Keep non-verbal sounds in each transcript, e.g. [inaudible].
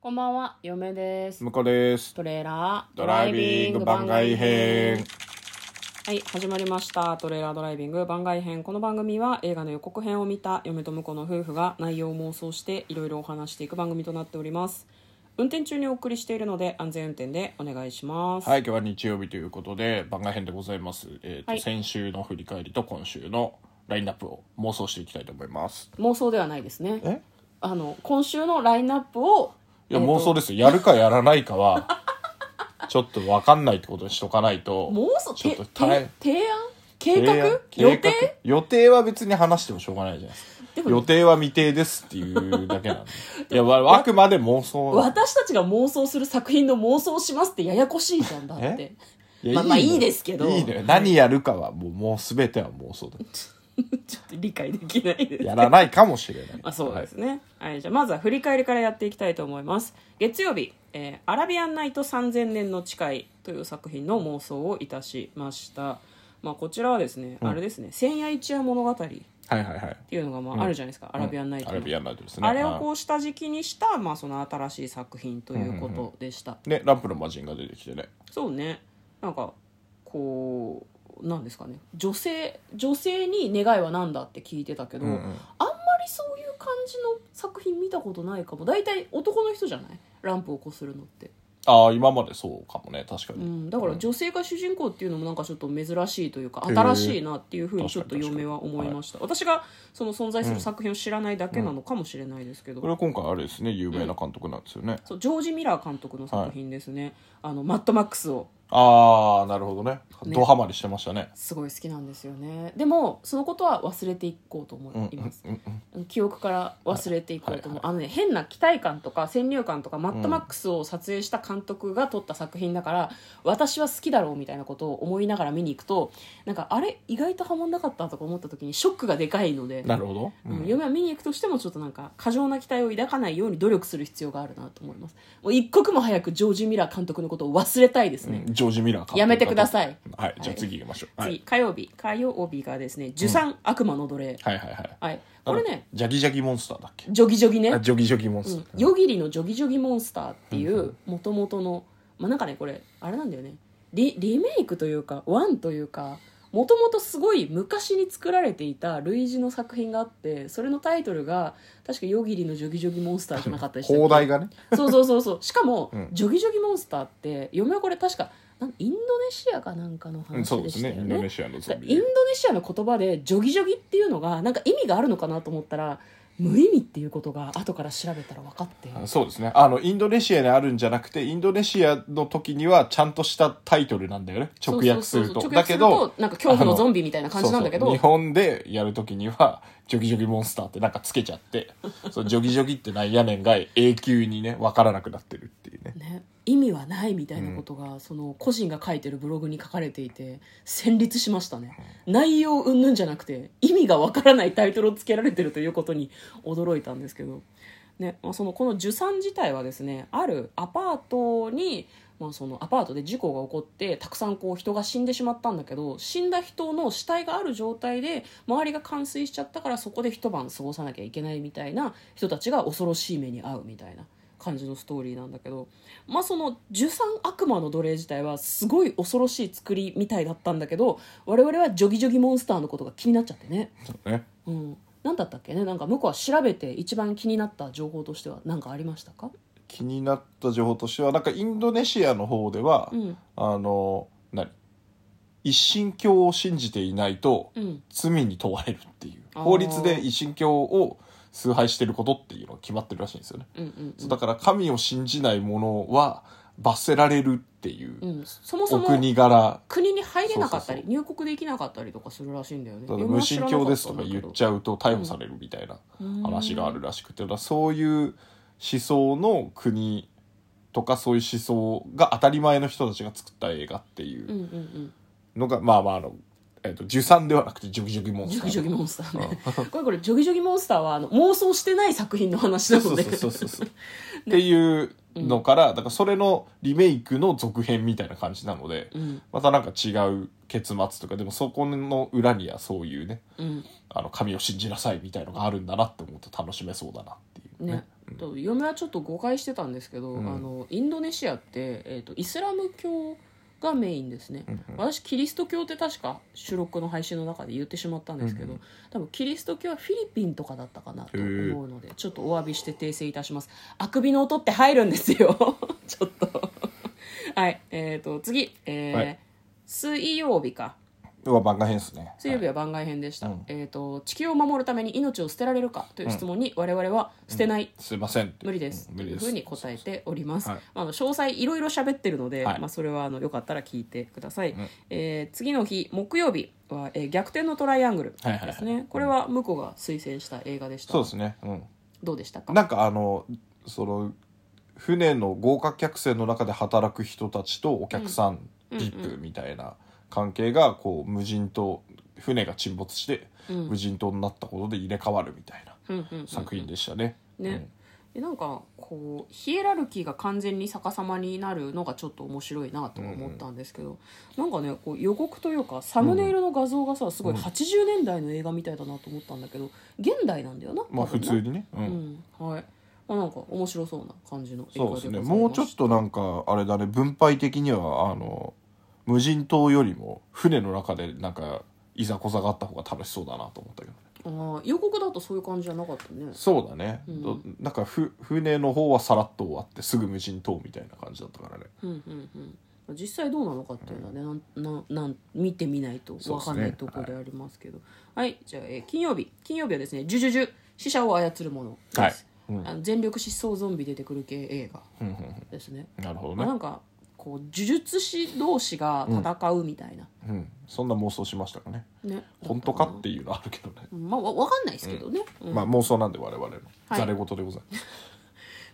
こんばんは、嫁です。向こうですトレーラードドライビング番外編はい、始まりました。トレーラードライビング番外編。この番組は映画の予告編を見た嫁と婿の夫婦が内容を妄想していろいろお話していく番組となっております。運転中にお送りしているので安全運転でお願いします。はい今日は日曜日ということで番外編でございます、えーとはい先週の振り返りと今週のラインナップを妄想していきたいと思います妄想ではないですね。えあの、今週のラインナップを、いやえーと妄想ですよやるかやらないかはちょっと分かんないってことにしとかないと妄想ちょってとて大提案計画提予案計画定予定は別に話してもしょうがないじゃないですでかも予定は未定ですっていうだけなんでいやわあくまで妄想なんで私たちが妄想する作品の妄想しますってややこしいじゃんだってえいやまあまあのよいいですけどいいのよ何やるかはもうもう全ては妄想でちょっと理解できないですやらないかもしれない [laughs] あそうですね、はいじゃあまずは振り返りからやっていきたいと思います月曜日、えーアラビアンナイト3000年の誓い」という作品の妄想をいたしました、まあ、こちらはですね、あれですね「千夜一夜物語」ってはい、はいはいはいいうのがまああるじゃないですか、アラビアンナイトアの、ラビアンナイトですねあれをこう下敷きにした、まあ、その新しい作品ということでした、うねランプの魔人が出てきてねそうねなんかこうなんですかね女性女性に願いは何だって聞いてたけど、うんうあんんまりそういう感じの作品見たことないかも大体男の人じゃないランプをこするのって、ああ今までそうかもね確かうに、ん、だから女性が主人公っていうのもなんかちょっと珍しいというか新しいなっていうふうにちょっと確かに嫁は思いました、私がその存在する作品を知らないだけなのかもしれないですけど、これは今回あれですね有名な監督なんですよね、そうジョージ・ミラー監督の作品ですね、あのマッドマックスをああなるほどねねドハマりしてましたねすごい好きなんですよねでもそのことは忘れていこうと思うんうんいます、うんうん記憶から忘れていこうと思う、はあのね変な期待感とか先入観とかマッドマックスを撮影した監督が撮った作品だから、私は好きだろうみたいなことを思いながら見に行くとなんかあれ意外とハマんなかったとか思った時にショックがでかいので、なるほど、ううんん、嫁は見に行くとしてもちょっとなんか過剰な期待を抱かないように努力する必要があるなと思いますもう一刻も早くジョージ・ミラー監督のことを忘れたいですね、うんジョージ・ミラー監督やめてくださいはいじゃあ次行きましょう、はい、次火曜日火曜日がですね「受産悪魔の奴隷」はいはいはいはい、これねジャギジャギモンスターだっけジョギジョギねあジョギジョギモンスター、ヨギリのジョギジョギモンスターっていうもともとの、まあ、なんかねこれあれなんだよねリリメイクというかワンというかもともとすごい昔に作られていた類似の作品があってそれのタイトルが確か「ヨギリのジョギジョギモンスター」じゃなかったでしたっけ放題がねそうそうそうそうしかも、うんジョギジョギモンスターって嫁はこれ確かなんインドネシアかなんかのうんそう話でですしたねよインドネシアのゾインンドビネシアの言葉で「ジョギジョギ」っていうのがなんか意味があるのかなと思ったら無意味っていうことが後から調べたら分かってあそうですねあのインドネシアにあるんじゃなくてインドネシアの時にはちゃんとしたタイトルなんだよね直訳するそうそとうそう直だ訳けどなんか恐怖のゾンビみたいな感じなんだけどそうそう日本でやる時にはジョギジョギモンスターってなんかつけちゃって [laughs] そうジョギジョギってなんやねんが永久にねわからなくなってるっていうねね、意味はないみたいなことが、その個人が書いてるブログに書かれていて戦慄しましたね内容云々じゃなくて意味がわからないタイトルをつけられてるということに驚いたんですけど、ねまあ、そのこの受産自体はですねあるアパートに、まあ、そのアパートで事故が起こってたくさんこう人が死んでしまったんだけど死んだ人の死体がある状態で周りが冠水しちゃったからそこで一晩過ごさなきゃいけないみたいな人たちが恐ろしい目に遭うみたいな。感じのストーリーなんだけど、まあ、その「十三悪魔の奴隷」自体はすごい恐ろしい作りみたいだったんだけど我々はジョギジョギモンスターのことが気になっちゃってね、そうねうん、何だったっけねなんか向こうは調べて一番気になった情報としては何かありましたか、気になった情報としてはなんかインドネシアの方では、うんあの何一神教を信じていないとうん、罪に問われるっていうあー法律で一神教を崇拝してることっていうのが決まってるらしいんですよね、うんうんそうだから神を信じない者は罰せられるっていううんうんそもそおも国柄国に入れなかったりそう入国できなかったりとかするらしいんだよねだから無神教ですとか言っちゃゃうと逮捕されるみたいなう話があるらしくてだからそういう思想の国とかそういう思想が当たり前の人たちが作った映画っていううんうんのが、まあまああの、えっと受産ではなくてジョギジョギモうンん、ジスョターギジョギモンスターねこれこれジョギジョギモンスターはあの妄想してない作品の話そなうそのうでそうそうそうそう、っていうのからだからそれのリメイクの続編みたいな感じなのでうんまたなんか違う結末とかでもそこの裏にはそういうねうんあの神を信じなさいみたいのがあるんだなって思うと楽しめそうだなっていうね、と嫁はちょっと誤解してたんですけど、うんあのインドネシアって、えー、とイスラム教がメインですね、うんうん私キリスト教って確か収録の配信の中で言ってしまったんですけど、うん多分キリスト教はフィリピンとかだったかなと思うのでちょっとお詫びして訂正いたしますあくびの音って入るんですよ [laughs] ちょっとはいえっ、と次、えーはい水曜日か要は番外編ですね水曜日は番外編でした、うんえー、と地球を守るために命を捨てられるかという質問に我々は捨てない、すいませんって無理ですうんと無理いうですふうに答えております、はいあの詳細いろいろ喋ってるので、はいまあ、それはあのよかったら聞いてください、んえー次の日木曜日は、えー逆転のトライアングル」ですね、はいはいはいこれは向こうが推薦した映画でしたそうですねうんどうでしたかなんかあのその船の豪華客船の中で働く人たちとお客さん、うん VIP みたいな関係がこう無人島船が沈没してうん無人島になったことで入れ替わるみたいなうんうんうん作品でしたね。ね、でなんかこうヒエラルキーが完全に逆さまになるのがちょっと面白いなとは思ったんですけど、なんかねこう予告というかサムネイルの画像がさすごいうん80年代の映画みたいだなと思ったんだけど現代なんだよなうんまあ多分普な通にね、うんうん、はい。まあ、なんか面白そうな感じの映画そうですねございまもうちょっとなんかあれだね分配的にはあの無人島よりも船の中でなんかいざこざがあった方が楽しそうだなと思ったけどねああ、予告だとそういう感じじゃなかったね。そうだね、うんどなんかふ船の方はさらっと終わってすぐ無人島みたいな感じだったからねうんうんうん。実際どうなのかっていうのはね、なん、なん、なん、見てみないとわかんないところでありますけど。はい、じゃあ、えー金曜日、金曜日はですね、ジュジュジュ、死者を操るものです。はいうんあの全力疾走ゾンビ出てくる系映画うんうんうんですね。なるほどまあねな、んか、こう呪術師同士が戦うみたいな。うん、そんな妄想しましたかねね。本当かっていうのあるけどね、うん。まあ、わわかんないですけどね。うんまあ妄想なんで我々のはいざれ言でございます、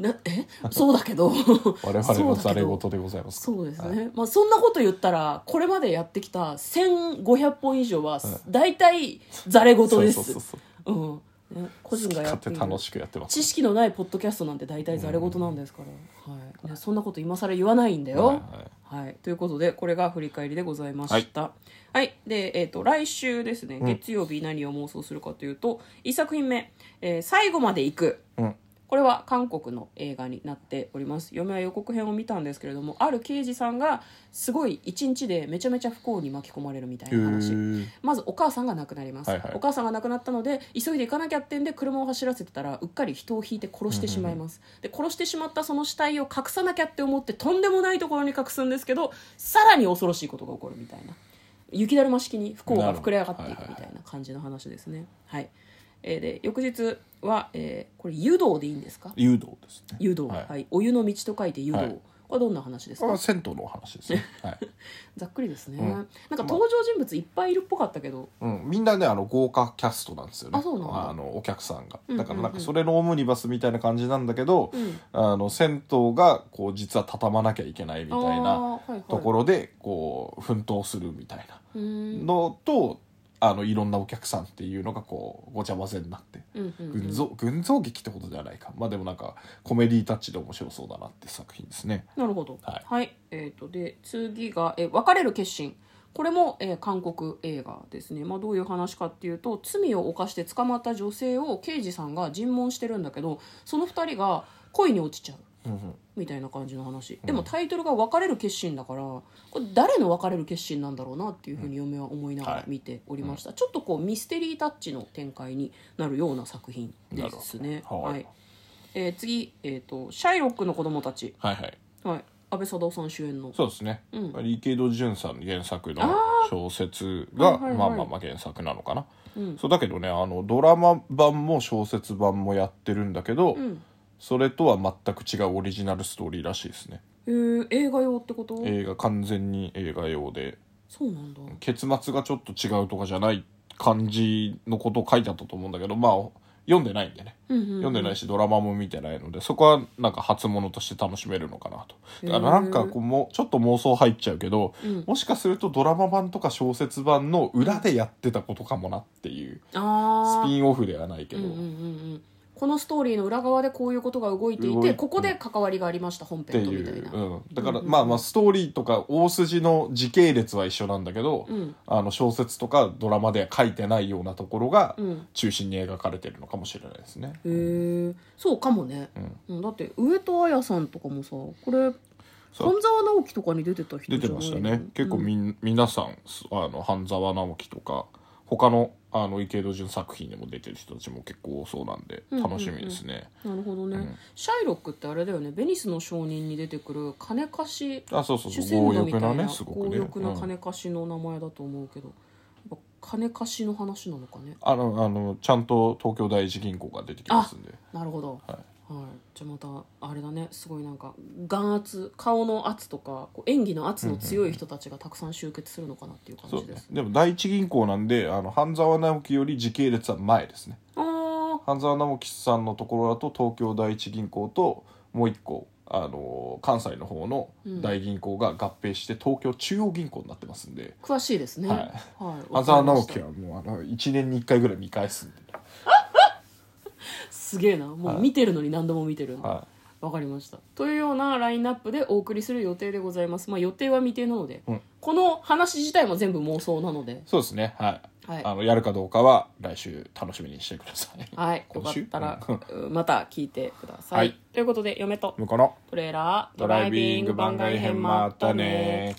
なえ [laughs] そうだけど [laughs] 我々のそうざだけれど言でございますそうですね、まあ、そんなこと言ったらこれまでやってきた1500本以上は大体ざれ言でそうそうすそうそううんね個人がや勝って手いにる楽しくやってます知識のないポッドキャストなんて大体ざれ言なんですから、はいね、そんなこと今更言わないんだよ、ははいいはいということでこれが振り返りでございましたはい、で、えー、と来週ですねん月曜日何を妄想するかというと、1作品目、えー最後まで行く」うんこれは韓国の映画になっております嫁は予告編を見たんですけれどもある刑事さんがすごい一日でめちゃめちゃ不幸に巻き込まれるみたいな話へえまずお母さんが亡くなります、はいはいお母さんが亡くなったので急いで行かなきゃってんで車を走らせてたらうっかり人をひいて殺してしまいます、で殺してしまったその死体を隠さなきゃって思ってとんでもないところに隠すんですけどさらに恐ろしいことが起こるみたいな雪だるま式に不幸が膨れ上がっていくみたいな感じの話ですねはい、えーで翌日は、えーこれ湯道でいいんですか誘導ですね湯道、ははいいお湯の道と書いて湯道、はいこれどんな話ですこれかは銭湯のお話です [laughs] ね、はいざっくりですね、うんなんか登場人物いっぱいいるっぽかったけど、うん、みんなねあの豪華キャストなんですよねあそうなんだあのお客さんがうんだからなうんうんかんそれのオムニバスみたいな感じなんだけど、うん、あの銭湯がこう実は畳まなきゃいけないみたいなあーはいはいところでこう奮闘するみたいなうーんのとあのいろんなお客さんっていうのがこうごちゃ混ぜになってうんうんうん群像群像劇ってことじゃないかまあでもなんかコメディータッチで面白そうだなって作品ですね。なるほどはいえっ、とで次が、えー別れる決心」これも、えー韓国映画ですね、まあ、どういう話かっていうと罪を犯して捕まった女性を刑事さんが尋問してるんだけどその2人が恋に落ちちゃううんうんみたいな感じの話でもタイトルが「別れる決心」だからこれ誰の別れる決心なんだろうなっていうふうに嫁は思いながら見ておりました、ちょっとこうミステリータッチの展開になるような作品ですねなるほどはいはいえー次、えーと「シャイロックの子供たちはいはい」はい安倍貞夫さん主演のそうですね、うんリケイド・ジュンさんの原作の小説はがいはいはいまあまあまあ原作なのかな、うんそうだけどねあのドラマ版も小説版もやってるんだけど、うんそれとは全く違うオリジナルストーリーらしいですね、えー映画用ってこと映画完全に映画用でそうなんだ結末がちょっと違うとかじゃない感じのことを書いてあったと思うんだけどまあ読んでないんでね読んでないいしドラマも見てないのでそこはなんか初物として楽しめるのかなとだからなんかこうもうちょっと妄想入っちゃうけど、うんもしかするとドラマ版とか小説版の裏でやってたことかもなっていうスああピンオフではないけど、うんうんうんうんこのストーリーの裏側でこういうことが動いてい動いててここで関わりがありました本って編とい、みたいうな、うん、だから、まあまあストーリーとか大筋の時系列は一緒なんだけど、うんあの小説とかドラマでは書いてないようなところがうん中心に描かれてるのかもしれないですね。へえそうかもね、うん、だって上戸彩さんとかもさこれそう半沢直樹とかに出てた人出じてゃないましのたね、結構みん皆さんすあの半沢直樹とか他のあの池井戸潤作品にも出てる人たちも結構多そうなんでうんうん楽しみですね、なるほどね、うんシャイロックってあれだよね「ベニスの証人」に出てくる金貸しあそうそう主そう戦強度み欲たないなねすごく強ね、欲なうん金貸しの名前だと思うけど、やっぱ金貸しの話なのかねあのあのちゃんと東京第一銀行が出てきますんでなるほど、はいじゃあまたあれだねすごいなんか眼圧顔の圧とかこう演技の圧の強い人たちがたくさん集結するのかなっていう感そうじでねす、でも第一銀行なんであの半沢直樹より時系列は前ですねあ半沢直樹さんのところだと東京第一銀行ともう一個あの関西の方の大銀行が合併して東京中央銀行になってますんで、あ詳しいですねはいはい半沢直樹わかりましはもうあの1年に1回ぐらい見返すんで、たすげえなもはうい見てるのに何度も見てるなはわかりましたというようなラインナップでお送りする予定でございますまあ予定は未定なので、うんこの話自体も全部妄想なのでい、そうですねはい、はいあのやるかどうかは来週楽しみにしてくださいはいよか今っ週たらうんまた聞いてください、はいということで嫁と向こうのトレーラードドライビング番外編もあったね